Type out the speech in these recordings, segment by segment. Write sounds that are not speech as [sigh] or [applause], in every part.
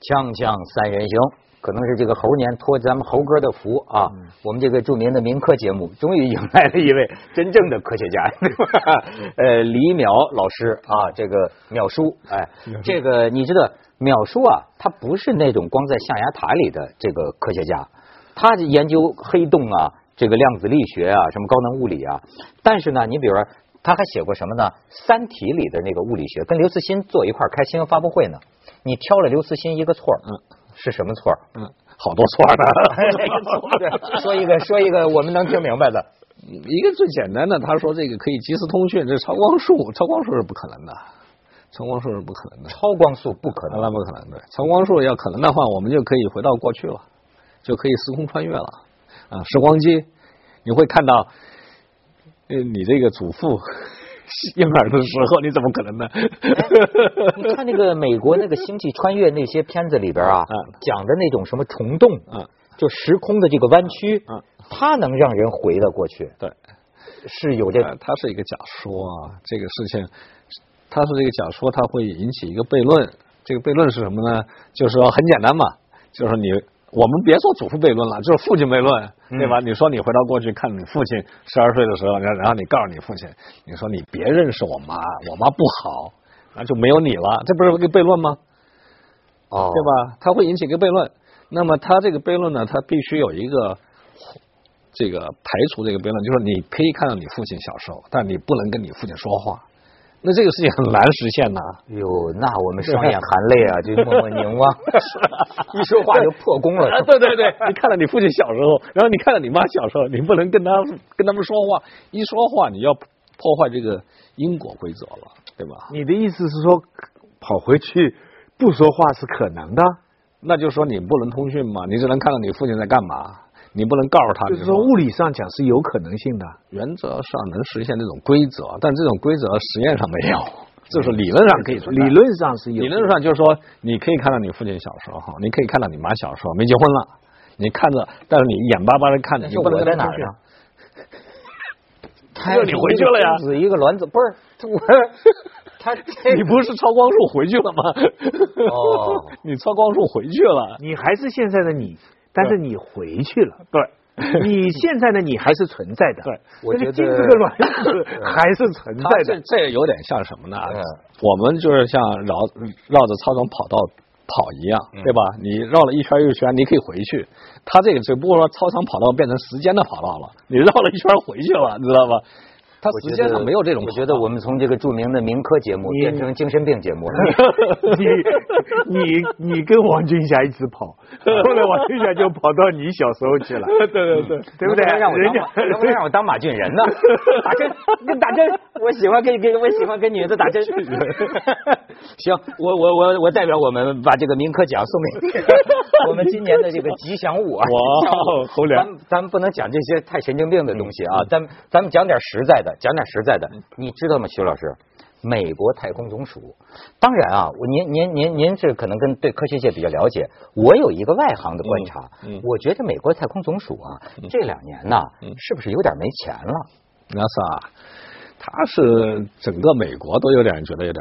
锵锵三人行，可能是这个猴年托咱们猴哥的福啊，我们这个著名的民科节目终于迎来了一位真正的科学家，呃，李淼老师啊，这个淼叔，哎，这个你知道淼叔啊，他不是那种光在象牙塔里的这个科学家，他研究黑洞啊，这个量子力学啊，什么高能物理啊，但是呢，你比如说。他还写过什么呢？《三体》里的那个物理学，跟刘慈欣坐一块儿开新闻发布会呢。你挑了刘慈欣一个错，嗯，是什么错？嗯，好多错 [laughs] 呢。对，说一个，说一个，我们能听明白的。嗯一个最简单的，他说这个可以即时通讯，这超光速，超光速是不可能的，超光速是不可能的，超光速不可能，那不可能对，超光速要可能的话，我们就可以回到过去了，就可以时空穿越了啊，时光机，你会看到，呃，你这个祖父。 [laughs] 婴儿的时候，你怎么可能呢？ [laughs] 你看那个美国那个星际穿越那些片子里边啊，嗯讲的那种什么虫洞，嗯就时空的这个弯曲，嗯它能让人回到过去，对，是有这呃它是一个假说啊，这个事情，它是这个假说，它会引起一个悖论。这个悖论是什么呢？就是说很简单嘛，就是你我们别说祖父悖论了，就是父亲悖论，对吧？你说你回到过去看你父亲十二岁的时候，然然后你告诉你父亲，你说你别认识我妈，我妈不好，那就没有你了，这不是一个悖论吗？哦对吧？它会引起一个悖论。那么它这个悖论呢，它必须有一个这个排除这个悖论，就是你可以看到你父亲小时候，但你不能跟你父亲说话。那这个事情很难实现呐、哟，那我们双眼含泪啊，就默默凝 [laughs] 望，一说话就破功了。对对对， [laughs] 你看到你父亲小时候，然后你看到你妈小时候，你不能跟他跟他们说话，一说话你要破坏这个因果规则了，对吧？你的意思是说，跑回去不说话是可能的？那就说你不能通讯嘛，你只能看到你父亲在干嘛，你不能告诉他。就你是说物理上讲是有可能性的。原则上能实现这种规则，但这种规则实验上没有，就是理论上可以存在理论上是有，理论上就是说，你可以看到你父亲小时候，你可以看到你妈小时候没结婚了，你看着，但是你眼巴巴的看着，但你是不能我在跟哪他儿去呢啊？？他这你回去了一个呀公子一个卵子，不是我，他这 [laughs] 你不是超光速回去了吗？哦， [laughs] 你超光速回去了，你还是现在的你，但是你回去了。对， [laughs] 你现在的你还是存在的，对我觉得这个卵子还是存他在这的。这有点像什么呢？嗯我们就是像绕绕着操场跑道跑一样，嗯对吧？你绕了一圈又一圈，你可以回去。他这个只不过说操场跑道变成时间的跑道了，你绕了一圈回去了，你知道吧？他我觉时得间上没有这种我跑道。觉得我们从这个著名的民科节目你变成精神病节目了。 [laughs] [laughs] 你你你跟王俊霞一直 [laughs] 跑，后来王俊霞就跑到你小时候去了，对对对，对不对？能能让我人当家马能不能让我当马俊仁呢？ [laughs] 打针，你打针，我喜欢给给我喜欢给女的打针。 [laughs] 行，我我我我代表我们把这个民科奖送给 [laughs] 你我们今年的这个吉祥物啊。哇哦，侯咱良，们咱们不能讲这些太神经病的东西嗯啊，咱们咱们讲点实在的，讲点实在的。你知道吗，徐老师？美国太空总署，当然啊，我您您您您是可能跟对科学界比较了解，我有一个外行的观察，嗯嗯我觉得美国太空总署啊，这两年呐、是不是有点没钱了？那啥，他是整个美国都有点觉得有点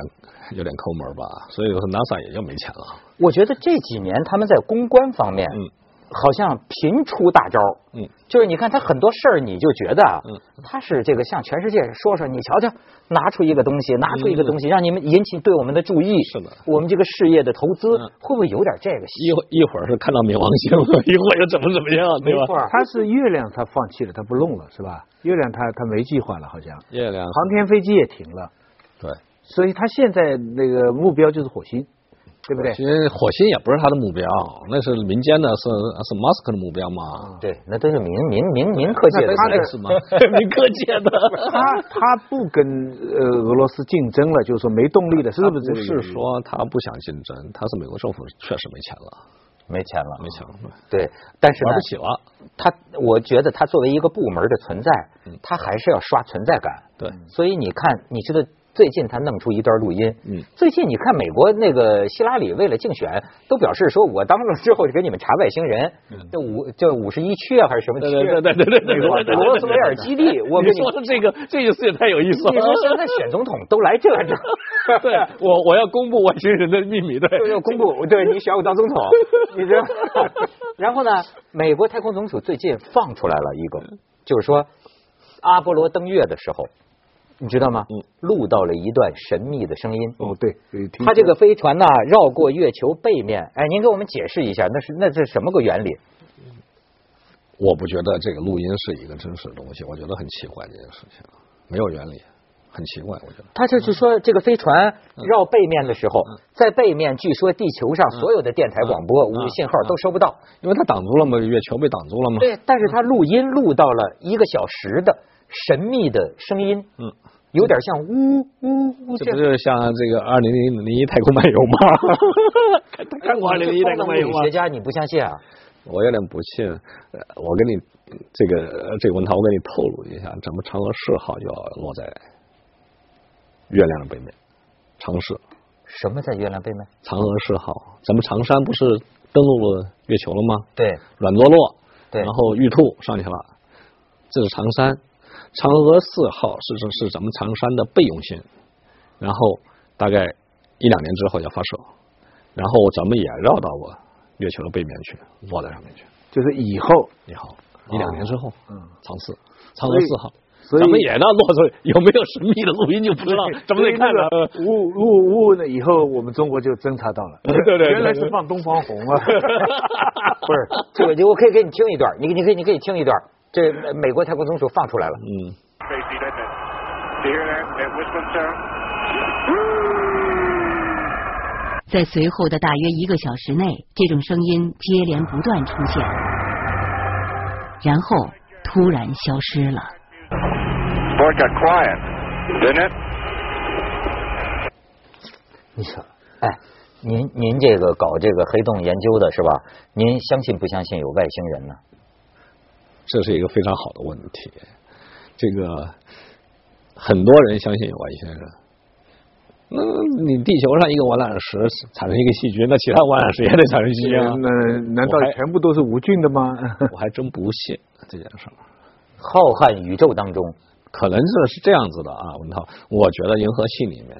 有点抠门儿吧，所以说 NASA 也就没钱了。我觉得这几年他们在公关方面，嗯好像频出大招，嗯，就是你看他很多事儿，你就觉得啊，嗯他是这个向全世界说说，你瞧瞧，拿出一个东西，拿出一个东西，让你们引起对我们嗯的注意，是的，我们这个事业的投资、嗯会不会有点这个一会一会儿是看到冥王星了， [laughs] 一会儿又怎么怎么样，对吧？错儿 [laughs] 他是月亮，他放弃了，他不弄了，是吧？月亮他他没计划了，好像月亮航天飞机也停了，对。所以他现在那个目标就是火星，对不对其？实火星也不是他的目标，那是民间的，是是马斯克的目标嘛？ [laughs] 对，那都是民民民民科界的那事是吗？民科界的。 [laughs] 他他不跟呃俄罗斯竞争了，就是说没动力了，是他不是这不个意思？是说他不想竞争，他是美国政府确实没钱了，没钱了，没钱了，对，但是呢玩不，起了。他我觉得他作为一个部门的存在，他还是要刷存在感，对，所以你看，你知道最近他弄出一段录音，嗯，最近你看美国那个希拉里为了竞选，都表示说我当了之后就给你们查外星人，这五这五十一区啊还是什么区？对对对对对对对对对。俄罗斯维尔基地，我跟你你说的这个这个事情太有意思你了说。现在选总统都来这这， [laughs] 对我我要公布外星人的秘密，对，就要公布，对你选我当总统，你知道吗？然后呢，美国太空总署最近放出来了一个，就是说阿波罗登月的时候，你知道吗？嗯，录到了一段神秘的声音。哦，对，呃听它这说个飞船呢、绕过月球背面，哎，您给我们解释一下，那是那是什么个原理？我不觉得这个录音是一个真实的东西，我觉得很奇怪这件事情，没有原理，很奇怪，我觉得。他就是说，这个飞船绕背面的时候，在背面，据说地球上所有的电台广播、嗯无嗯信号都收不到。因为它挡住了嘛，月球被挡住了嘛。对，但是他录音录到了一个小时的神秘的声音，嗯，有点像呜呜呜这这不样。是像这个二零零零一太空漫游吗？ [laughs] 看看过二零零一太空漫游物吗理学？家，你不相信啊？我有点不信，呃我跟你这个呃这个文涛，我跟你透露一下，咱们嫦娥四号就要落在月亮的北面，尝试什么在月亮背面？嫦娥四号，咱们长山不是登陆了月球了吗？对软着落，对然后玉兔上去了，这是长山，嫦娥四号是是是咱们长山的备用星，然后大概一两年之后要发射，然后咱们也绕到我月球的背面去，落在上面去。就是以后，你好，一两年之后，嗯，长四，嫦啊所娥以四号。所以咱们也让落出有没有神秘的录音就不知道，咱们得看了了。呃。雾雾雾呢，以后我们中国就侦查到了， [laughs] 对对对原来是放东方红 [laughs] 啊。不是，这个我可以给你听一段，你你可以你可以听一段，这呃美国太空总署放出来了。嗯， crazy, doesn't it? Do you hear that, that whistling sound? 在随后的大约一个小时内，这种声音接连不断出现，然后突然消失了。 Boy, it got quiet, didn't it? 你说，哎，您您这个搞这个黑洞研究的是吧？您相信不相信有外星人呢？这是一个非常好的问题。这个很多人相信有外星人。那你地球上一个橄榄石产生一个细菌，那其他橄榄石也得产生细菌啊？那难道我还全部都是无菌的 [laughs] 吗？我还真不信这件事儿。浩瀚宇宙当中，可能这是这样子的啊，文涛，我觉得银河系里面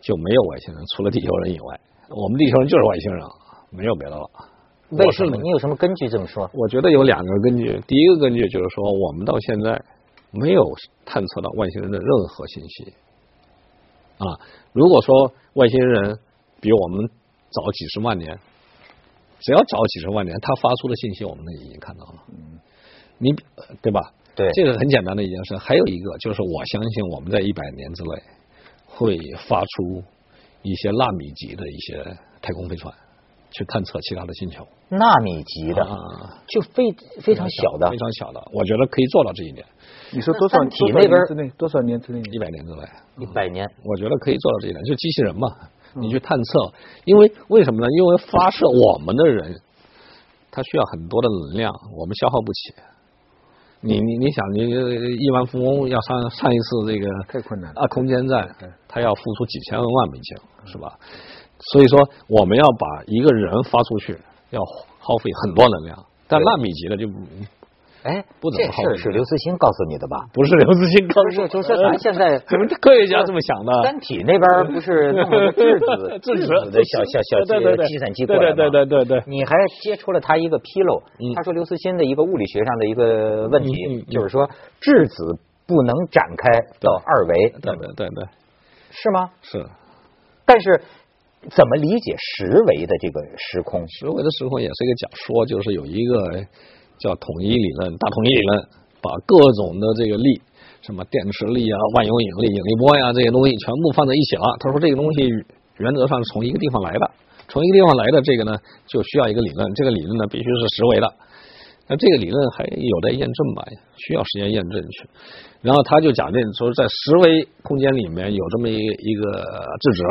就没有外星人，除了地球人以外，我们地球人就是外星人，啊没有别的了。为我是什么？你有什么根据这么说？我觉得有两个根据，第一个根据就是说，我们到现在没有探测到外星人的任何信息啊。如果说外星人比我们早几十万年，只要早几十万年，他发出的信息我们已经看到了，嗯你呃对吧？对这个很简单的一件事。还有一个就是，我相信我们在一百年之内会发出一些纳米级的一些太空飞船去探测其他的星球。纳米级的，啊就非非常小的非，常小的，我觉得可以做到这一点，你说多少三体多少那边年儿之内？多少年之内？一百年之内，一百年。我觉得可以做到这一点，就机器人嘛，你去探测，因为为什么呢？因为发射我们的人，他需要很多的能量，我们消耗不起。你你你想，你呃亿万富翁要上上一次这个太困难了啊，空间站对，他要付出几千万美金，嗯是吧？所以说，我们要把一个人发出去，要耗费很多能量，但纳米级的就不哎，不怎么这好事儿是刘慈欣告诉你的吧？不是刘慈欣告不诉是，我就是咱现在 [laughs] 怎么科学家这么想的？三体那边不是弄了个质子 [laughs] 质子子的小小小对对对计算机过来吗对对对对对对你还揭出了他一个纰漏，他说刘慈欣的一个物理学上的一个问嗯题嗯嗯，就是说质子不能展开到二维，对对对对，是吗？是但是怎么理解十维的这个时空？十维的时空也是一个假说，就是有一个叫统一理论、大统一理论，把各种的这个力，什么电磁力啊、万有引力、引力波呀、这些东西全部放在一起了。他说这个东西原则上是从一个地方来的，从一个地方来的这个呢，就需要一个理论，这个理论呢必须是十维的。那这个理论还有待验证吧，需要时间验证去。然后他就假定说，在十维空间里面有这么一一个质子，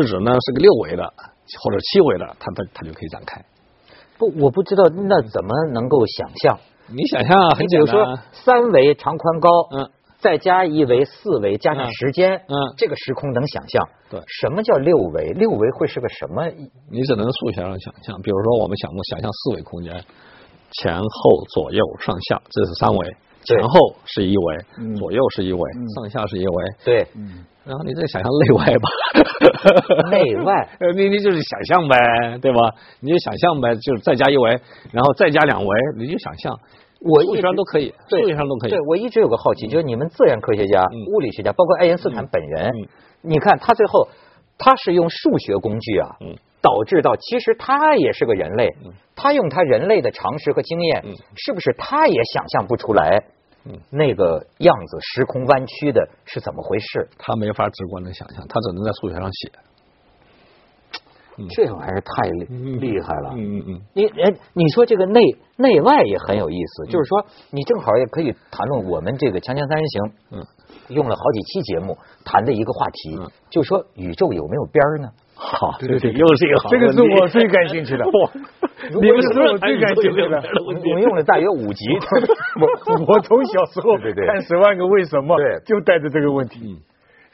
质子呢是个六维的或者七维的，它它它就可以展开。不，我不知道那怎么能够想象？你想象啊，你很比简如单说啊，三维长宽高，嗯，再加一维四维，加上嗯时间，嗯这个时空能想象。对什么叫六维？六维会是个什么？你只能数学上想象。比如说，我们想过想象四维空间，前后左右上下，这是三维，对前后是一维，嗯左右是一维，嗯上下是一维，对，嗯，然后你再想象内外吧，内外， [laughs] 呃你你就是想象呗，对吧？你就想象呗，就是再加一维，然后再加两维，你就想象，我数一学直上都可以，对数学上都可以嗯对，，我一直有个好奇，就是你们自然科学家、物理学家，包括爱因斯坦本人，嗯你看他最后，他是用数学工具啊，嗯导致到其实他也是个人类，他用他人类的常识和经验，嗯是不是他也想象不出来？嗯那个样子，时空弯曲的是怎么回事？他没法直观的想象，他只能在数学上写。嗯这玩意儿太厉嗯厉害了。嗯嗯嗯。你哎，你说这个内内外也很有意思，就是说你正好也可以谈论我们这个《锵锵三人行》，嗯，用了好几期节目谈的一个话题，嗯就是说宇宙有没有边儿呢？好，对对，又是一个好这个问是题 [laughs] 我最感兴趣的，如你果们有是我最感兴趣的。我们用了大约五集， [laughs] 我我从小时候对对对看《十万个为什么》，对嗯就带着这个问题。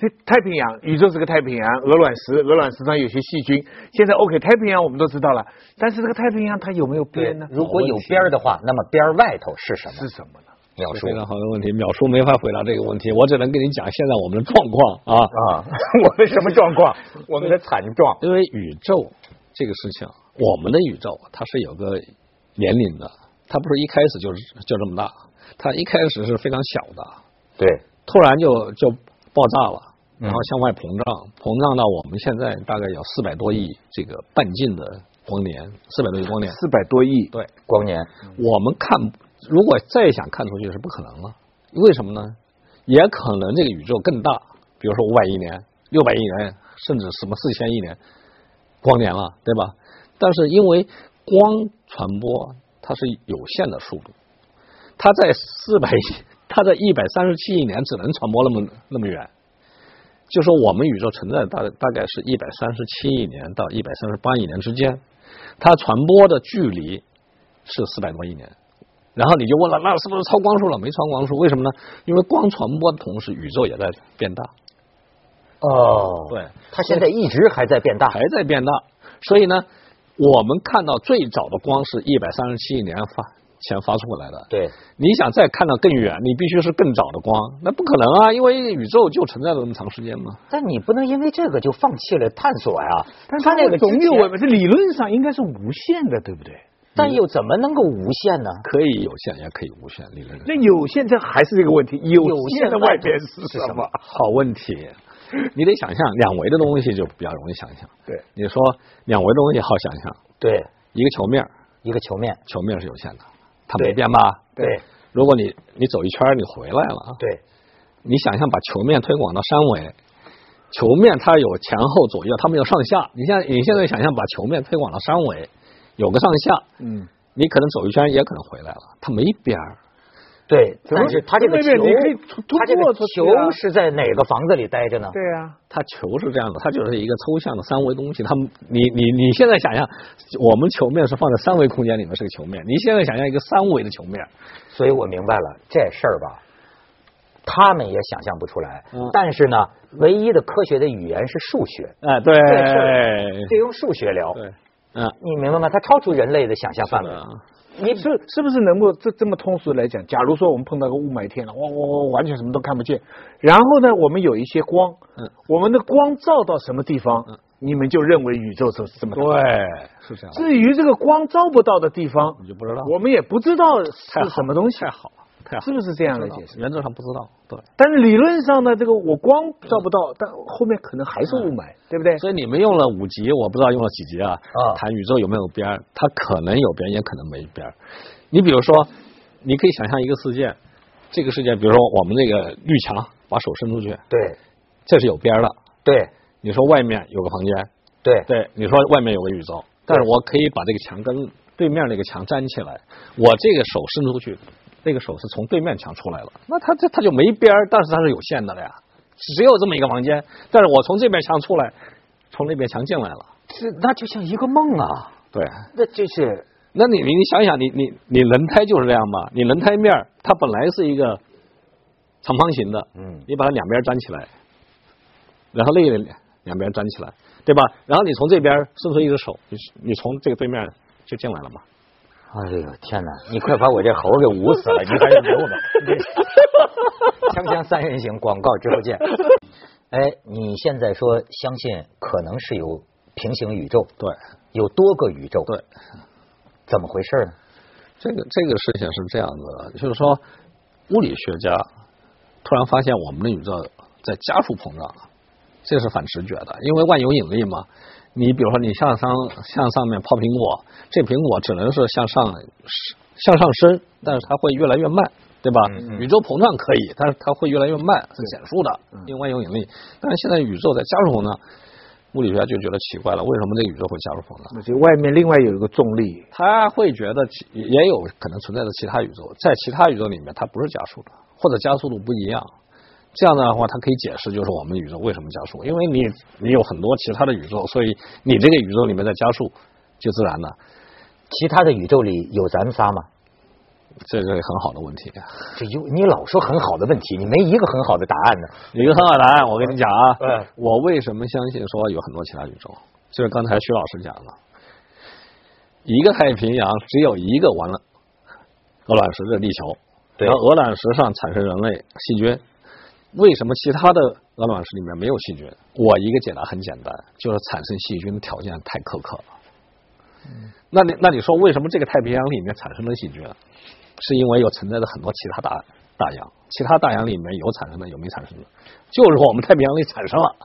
这太平洋，宇宙是个太平洋，鹅卵石，鹅卵石上有些细菌。现在 OK，太平洋我们都知道了，但是这个太平洋它有没有边呢？如果有边儿的话，那么边儿外头是什么？是什么呢？描述非常好的问题，淼叔没法回答这个问题，我只能跟你讲现在我们的状况啊， [laughs] 啊，我们什么状况？我们的惨状。因为宇宙这个事情，我们的宇宙它是有个年龄的，它不是一开始就是就这么大，它一开始是非常小的，对，突然就就爆炸了，嗯然后向外膨胀，膨胀到我们现在大概有四百多亿这个半径的光年，四百多亿光年，四百多亿，对。光年，我们看，如果再想看出去是不可能了。为什么呢？也可能这个宇宙更大，比如说五百亿年、六百亿年，甚至什么四千亿年光年了，对吧？但是因为光传播它是有限的速度，它在四百亿，它在一百三十七亿年只能传播那么那么远。就说我们宇宙存在大大概是一百三十七亿年到一百三十八亿年之间，它传播的距离是四百多亿年。然后你就问了，那是不是超光速了？没超光速，为什么呢？因为光传播的同时，宇宙也在变大，哦，对，它现在一直还在变大。还在变大。所以呢，我们看到最早的光是一百三十七亿年发前发出来的。对，你想再看到更远，你必须是更早的光，那不可能啊，因为宇宙就存在了那么长时间嘛。但你不能因为这个就放弃了探索呀。 [laughs] 但是它那个总之有前我们是理论上应该是无限的，对不对？但又怎么能够无限呢？可以有限，也可以无限，理论上。那有限这还是这个问题，有限的外边是是什什么么？好问题，你得想象两维的东西就比较容易想象。对，你说两维的东西好想象，对，一个球面儿一个球面，球面是有限的，它对没变吧？对如果你你走一圈儿你回来了啊，对，你想象把球面推广到三维，球面它有前后左右，它没有上下。你现在你现在想象把球面推广到三维，有个上下，嗯，你可能走一圈儿也可能回来了，它没边儿。对，怎么但是它这个对球对你可以突，突它这破个出去啊球是在哪个房子里待着呢？对啊，它球是这样的，它就是一个抽象的三维东西。它你你你现在想象，我们球面是放在三维空间里面是个球面，你现在想象一个三维的球面，所以我明白了这事儿吧，他们也想象不出来嗯。但是呢，唯一的科学的语言是数学，哎，对，这事儿得用数学聊。嗯对，嗯，你明白吗？它超出人类的想象范围是的。你是是不是能够这这么通俗来讲？假如说我们碰到个雾霾天了，哇哇哇，完全什么都看不见。然后呢，我们有一些光，嗯我们的光照到什么地方，你们就认为宇宙是这么大。对，是这样的，至于这个光照不到的地方，你就不知道。我们也不知道太好是什么东西，太好了，太好是了。不是这样来不知解道释？原则上不知道，对，但是理论上呢，这个我光照不到，但后面可能还嗯是雾霾，对不对？所以你们用了五集，我不知道用了几集啊。啊谈宇宙有没有边儿，它可能有边儿，也可能没边儿。你比如说，你可以想象一个世界，这个世界，比如说我们这个绿墙，把手伸出去，对这是有边儿的。对你说外面有个房间，对对，你说外面有个宇宙，但是我可以把这个墙跟对面那个墙粘起来，我这个手伸出去，那个手是从对面墙出来了，那它这它就没边儿，但是它是有限的了呀，只有这么一个房间，但是我从这边墙出来，从那边墙进来了，这那就像一个梦啊！对。那就是那你你你想想，你你你轮胎就是这样吧？你轮胎面儿它本来是一个长方形的，嗯你把它两边粘起来，然后另一边两边粘起来，对吧？然后你从这边伸出一只手，你你从这个对面就进来了嘛。哎呦天哪！你快把我这猴儿给捂死 [laughs] 了！你还是留着。锵锵三人行，广告之后见。哎，你现在说相信可能是有平行宇宙，对，有多个宇宙，对，怎么回事呢？这个这个事情是这样子的，就是说，物理学家突然发现我们的宇宙在加速膨胀了，这是反直觉的，因为万有引力嘛。你比如说，你向上向上面抛苹果，这苹果只能是向上向上升，但是它会越来越慢，对吧？嗯嗯宇宙膨胀可以，但是它会越来越慢，是减速的，因为万有引力。但是现在宇宙在加速膨胀，物理学家就觉得奇怪了，为什么这个宇宙会加速膨胀？那就外面另外有一个重力，他会觉得其也有可能存在的其他宇宙，在其他宇宙里面它不是加速的，或者加速度不一样。这样的话，它可以解释就是我们宇宙为什么加速，因为你你有很多其他的宇宙，所以你这个宇宙里面的加速就自然了。其他的宇宙里有咱们仨吗？这是很好的问题。这有你老说很好的问题，你没一个很好的答案呢。有一个很好的答案，我跟你讲啊，嗯我为什么相信说有很多其他宇宙？就是刚才徐老师讲的，一个太平洋只有一个完了，鹅卵石这地球，对然后鹅卵石上产生人类细菌，为什么其他的鹅卵石里面没有细菌？我一个解答很简单，就是产生细菌的条件太苛刻了。嗯那你那你说为什么这个太平洋里面产生了细菌？是因为有存在着很多其他大大洋，其他大洋里面有产生的，有没产生的？就是说我们太平洋里产生了。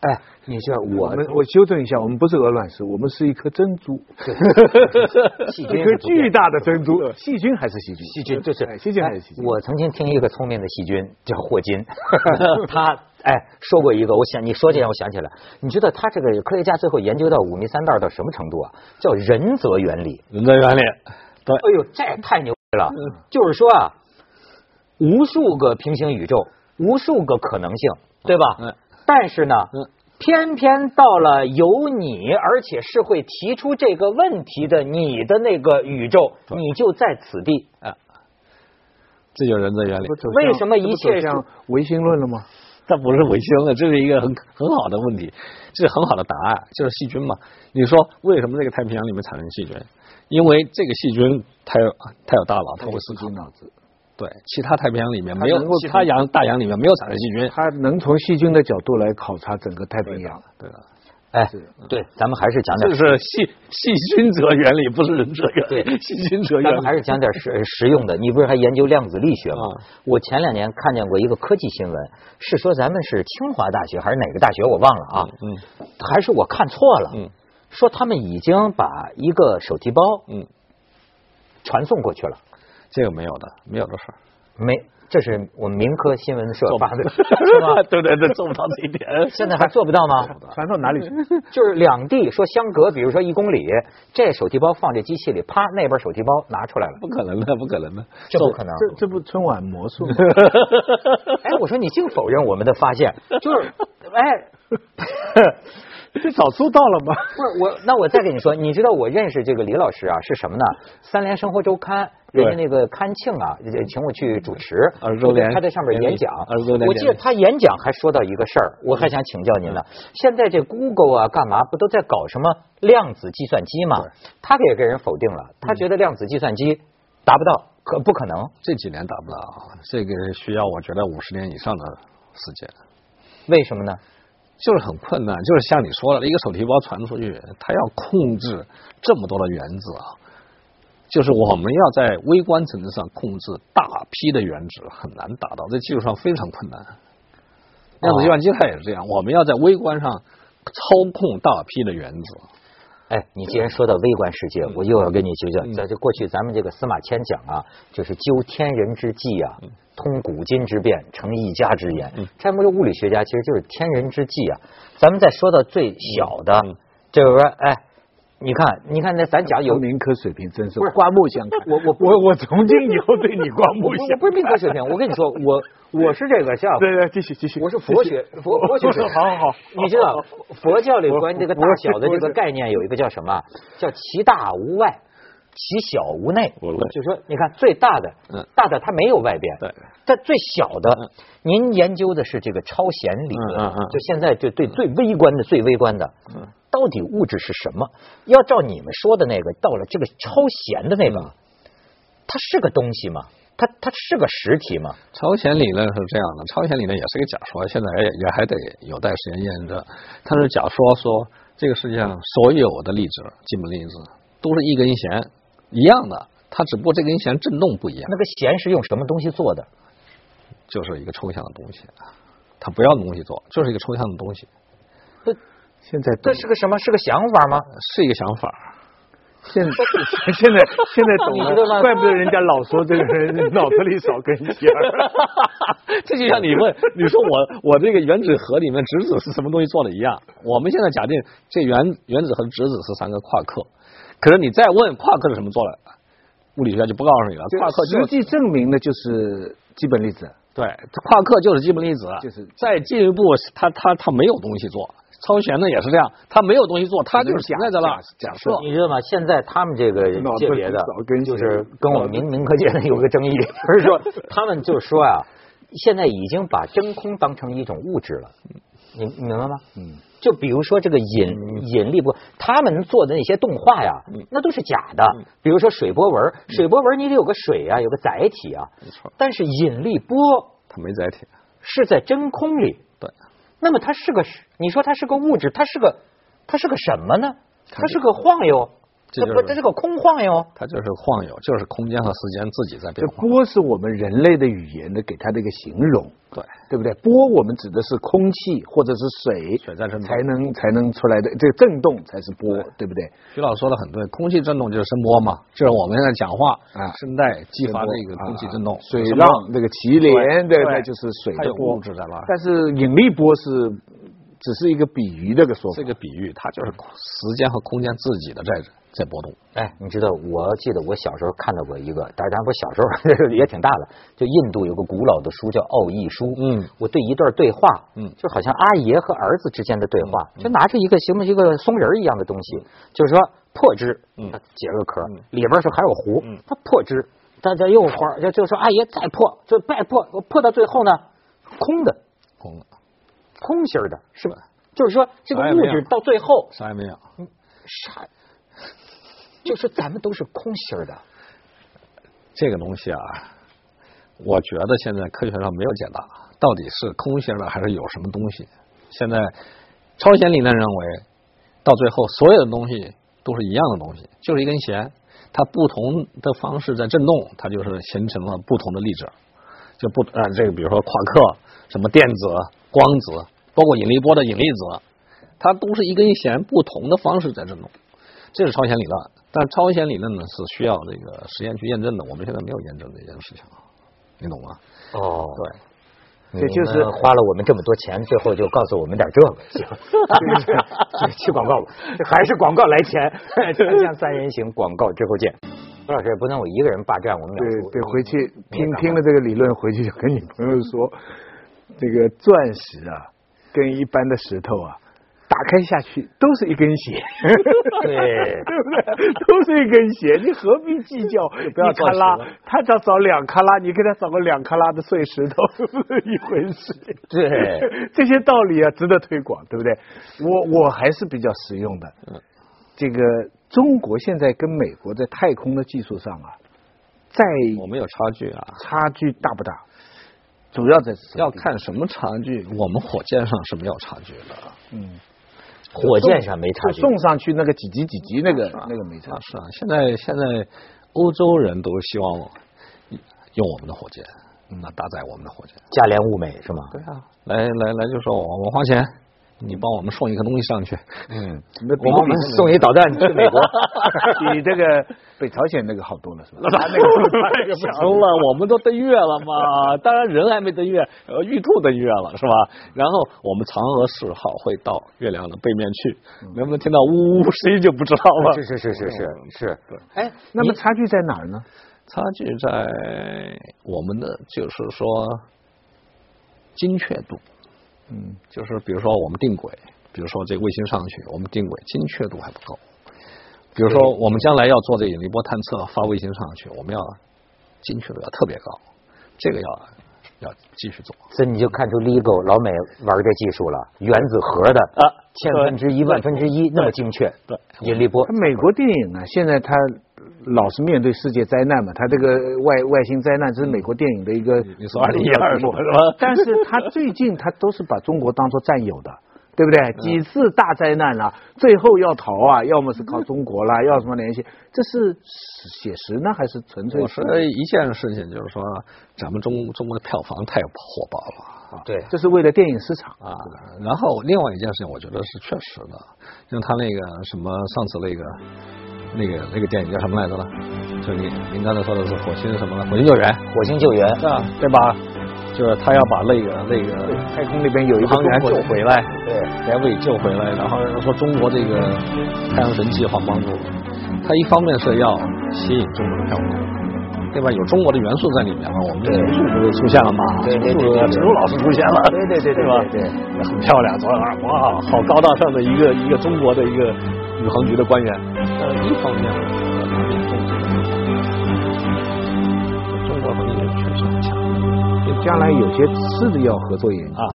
哎，你像我们，我修正一下，我们不是鹅卵石，我们是一颗珍 [laughs] 珠，细菌一颗是不变巨大的珍珠，细菌还是细菌，细菌就是哎细菌还是细菌。哎我曾经听一个聪明的细菌叫霍金， [laughs] 他哎说过一个，我想你说这让我想起来，你知道他这个科学家最后研究到五迷三道到什么程度啊？叫仁则原理。人在原理，对，哎呦，这也太牛逼了！嗯就是说啊，无数个平行宇宙，无数个可能性，对吧？嗯但是呢，嗯偏偏到了有你，而且是会提出这个问题的你的那个宇宙，你就在此地。这就是人在原理。不走向为什么一切这不走向唯心论了吗？它不是违心了，这是一个很很好的问题，这是很好的答案，就是细菌嘛。你说为什么这个太平洋里面产生细菌？因为这个细菌它有它有大脑，它会思考。脑子，对，其他太平洋里面没有它能够，其他洋大洋里面没有产生细菌。他能从细菌的角度来考察整个太平洋。对的，哎是，对，咱们还是讲点这是细细菌者原理，不是人者原理。对细菌者咱原们还理。是讲点实呃实用的。你不是还研究量子力学吗？啊我前两年看见过一个科技新闻，是说咱们是清华大学还是哪个大学我忘了啊？嗯还是我看错了？嗯说他们已经把一个手提包嗯，传送过去了。这个没有的，没有的事儿。没，这是我们民科新闻社做不发到 [laughs] 的，是吗？对对对，做不到这一点。 [laughs] 现在还做不到吗？传到哪 [laughs] 里去？就是两地说相隔，比如说一公里，这手提包放这机器里，啪，那边手提包拿出来了，不可能的，不可能的。这不可能。这这不春晚魔术吗？ [laughs] 哎，我说你净否认我们的发现，就是，哎， [laughs] 这早知道了吗？不是我，那我再跟你说，你知道我认识这个李老师啊是什么呢？三联生活周刊，人家对那个刊庆啊，呃请我去主持，二十周年他在上面演讲，二十周年我记得他演讲还说到一个事儿，我还想请教您呢。嗯现在这 Google 啊，干嘛不都在搞什么量子计算机嘛？他也给人否定了，嗯他觉得量子计算机达不到，可不可能？ [laughs] 这几年达不到啊，这个需要我觉得五十年以上的时间，为什么呢？就是很困难。就是像你说的，一个手提包传出去，它要控制这么多的原子啊，就是我们要在微观层次上控制大批的原子，很难达到，在技术上非常困难。量子计算机它也是这样，我们要在微观上操控大批的原子，哎，你既然说到微观世界，我又要跟你纠正。嗯在这过去，咱们这个司马迁讲啊，就是究天人之际啊，通古今之变，成一家之言。这不是物理学家，其实就是天人之际啊。咱们再说到最小的，就是说，哎，你看，你看，那咱讲有有民科水平真是不是刮目相看。我我我我从今以后对你刮我目不相 [laughs] 我不是民科水平，我跟你说，我我是这 [laughs] 个像看。对对，继续继续。我是佛 [laughs] 学佛佛学者，好好好你知道佛教里关于这个大我我小的这个概念有一个叫什么啊？叫其大无外，其小无内。无内就说你看最大的嗯，大的它没有外边，对，但最小的，您研究的是这个超弦理论，嗯嗯嗯就现在就对最微观的最微观的，到底物质是什么？要嗯照你们说的那个，到了这个超弦的那个，它是个东西吗？它它是个实体吗？超前理论是这样的，超前理论也是个假说，现在也也还得有待时间验证。它是假说说这个世界上所有的粒子，基本粒子都是一根弦一样的，它只不过这根弦振动不一样，那个弦是用什么东西做的？就是一个抽象的东西，啊它不要的东西做，就是一个抽象的东西，现在懂这是个什么？是个想法吗？呃是一个想法。现在现在现在懂了，怪不得人家老说这个人脑子里少根弦 [laughs] 儿。这就像你问，你说我我这个原子核里面质子是什么东西做的一样。我们现在假定这原原子和质子是三个夸克，可是你再问夸克是什么做的，物理学家就不告诉你了。夸克就实际证明的就是基本粒子。对，夸克就是基本粒子，就是再进一步，它它它没有东西做。超弦呢也是这样，它没有东西做，它就是存在的了。假设你知道吗？现在他们这个脑子界别的少根，就弦是跟我们民民科界的有个争议，就是说他们就说啊，现在已经把真空当成一种物质了，你你明白吗？嗯。就比如说这个引引力波，他们做的那些动画呀，那都是假的。比如说水波纹，水波纹你得有个水啊，有个载体啊。没错，但是引力波它没载体。是在真空里，对，那么它是个，你说它是个物质，它是个，它是个什么呢？它是个晃悠，这它就不，是它是个空晃悠。它就是晃悠，就是空间和时间自己在这变化。波是我们人类的语言的给它的一个形容，对，对不对？波我们指的是空气或者是水，水在振动才能才能出来的，这个震动才是波，对不对？徐老师说的很对，空气振动就是声波嘛，就是我们现在讲话啊，声带激发这个空气振动，水声波浪那个祁连，对对，对那就是水它的有波物。质在那儿。但是引力波是只是一个比喻的一个说法这。个比喻，它就是时间和空间自己的在在波动。哎，你知道，我记得我小时候看到过一个，当然当然不是小时候 [laughs] 也挺大的，就印度有个古老的书叫《奥义书》。嗯，我对一段对话，嗯就好像阿爷和儿子之间的对话，就拿着一个形一个松仁儿一样的东西，就是说破枝，嗯它解个壳，嗯里边儿是含有核，嗯它破枝，大家又花儿，就就说阿爷再破，就再破，我破到最后呢，空的，空了，空心儿的，是吧？就是说这个物哎没有质到最后啥也没有。啥， [laughs] 就是咱们都是空心儿的。这个东西啊，我觉得现在科学上没有解答，到底是空心的还是有什么东西？现在超弦理论认为，到最后所有的东西都是一样的东西，就是一根弦，它不同的方式在振动，它就是形成了不同的粒子，就不啊、这个比如说夸克、什么电子、光子，包括引力波的引力子，它都是一根弦不同的方式在振动。这是超弦理论，但超弦理论呢是需要这个实验去验证的，我们现在没有验证这件事情，啊你懂吗？哦，对，这这就就是是花了我们这么多钱，最后就告诉我们点这 [laughs] 个，行，去广告吧，还是广告来钱。 [laughs] 锵锵三人行，广告之后见。吴老师也不能我一个人霸占我们俩对出。对，回去你也听干嘛听了这个理论，回去就跟你朋友说，这个钻石啊，跟一般的石头啊，打开下去都是一根弦，对 [laughs] 对不对？都是一根弦，你何必计较要钻一卡石拉了？他找找两卡拉，你给他找个两卡拉的碎石头， [laughs] 是不是一回事？对， [laughs] 这些道理啊，值得推广，对不对？我我还是比较实用的。嗯这个中国现在跟美国在太空的技术上啊，在我们有差距啊，差距大不大？主要在什么要地看什么差距。我们火箭上是没有差距的， [laughs] 啊火箭上没差方距。嗯送上去那个几级几级那个那个没差啊，是啊。现在现在欧洲人都希望用我们的火箭，那搭载我们的火箭。价廉物美是吗？对啊，来来来，就说我我花钱，你帮我们送一个东西上去，嗯，那比我们送一导弹去美 [laughs] 国， [laughs] 比这个北朝鲜那个好多 [laughs] 了，是吧？ [laughs] 行了，我们都登月了嘛，当然人还没登月，呃，玉兔登月了是吧？然后我们嫦娥四号会到月亮的背面去，能不能听到呜呜声音就不知道了。嗯是是是是是是。哎，那么差距在哪儿呢？差距在我们的就是说精确度，嗯，就是比如说我们定轨，比如说这个卫星上去，我们定轨精确度还不够。比如说我们将来要做这引力波探测，发卫星上去，我们要精确度要特别高，这个要要继续做。所以你就看出 LEGO 老美玩这技术了，原子核的啊千分之一、万分之一那么精确，对引力波美国电影啊，现在它老是面对世界灾难嘛，他这个外外星灾难这是美国电影的一个。嗯呃你说2012是吧 [laughs] 但是他最近他都是把中国当做战友的。对不对？嗯几次大灾难了、最后要逃啊，要么是靠中国啦，要什么联系？这是写实呢，还是纯粹？我说一件事情，就是说啊咱们中中国的票房太火爆了。对，这是为了电影市场。啊，然后另外一件事情，我觉得是确实的，像他那个什么上次那个那个那个电影叫什么来着了？就你您刚才说的是火星什么了？火星救援，火星救援嗯是吧？对吧？就是他要把那个那个太空那边有一个航员中国救的回来，对，来为救回来，然后说中国这个太阳神计划帮助，他一方面是要吸引中国的票房，对吧？有中国的元素在里面了，我们这个元素不就出现了吗？对对对是不对是对对陈露老师出现了，对对对对对吧？对对很漂亮，左右耳光啊，好高大上的一个一个中国的一个宇航局的官员。呃，一方面，呃中国的中国能力确实很强就将来有些是要合作研究啊，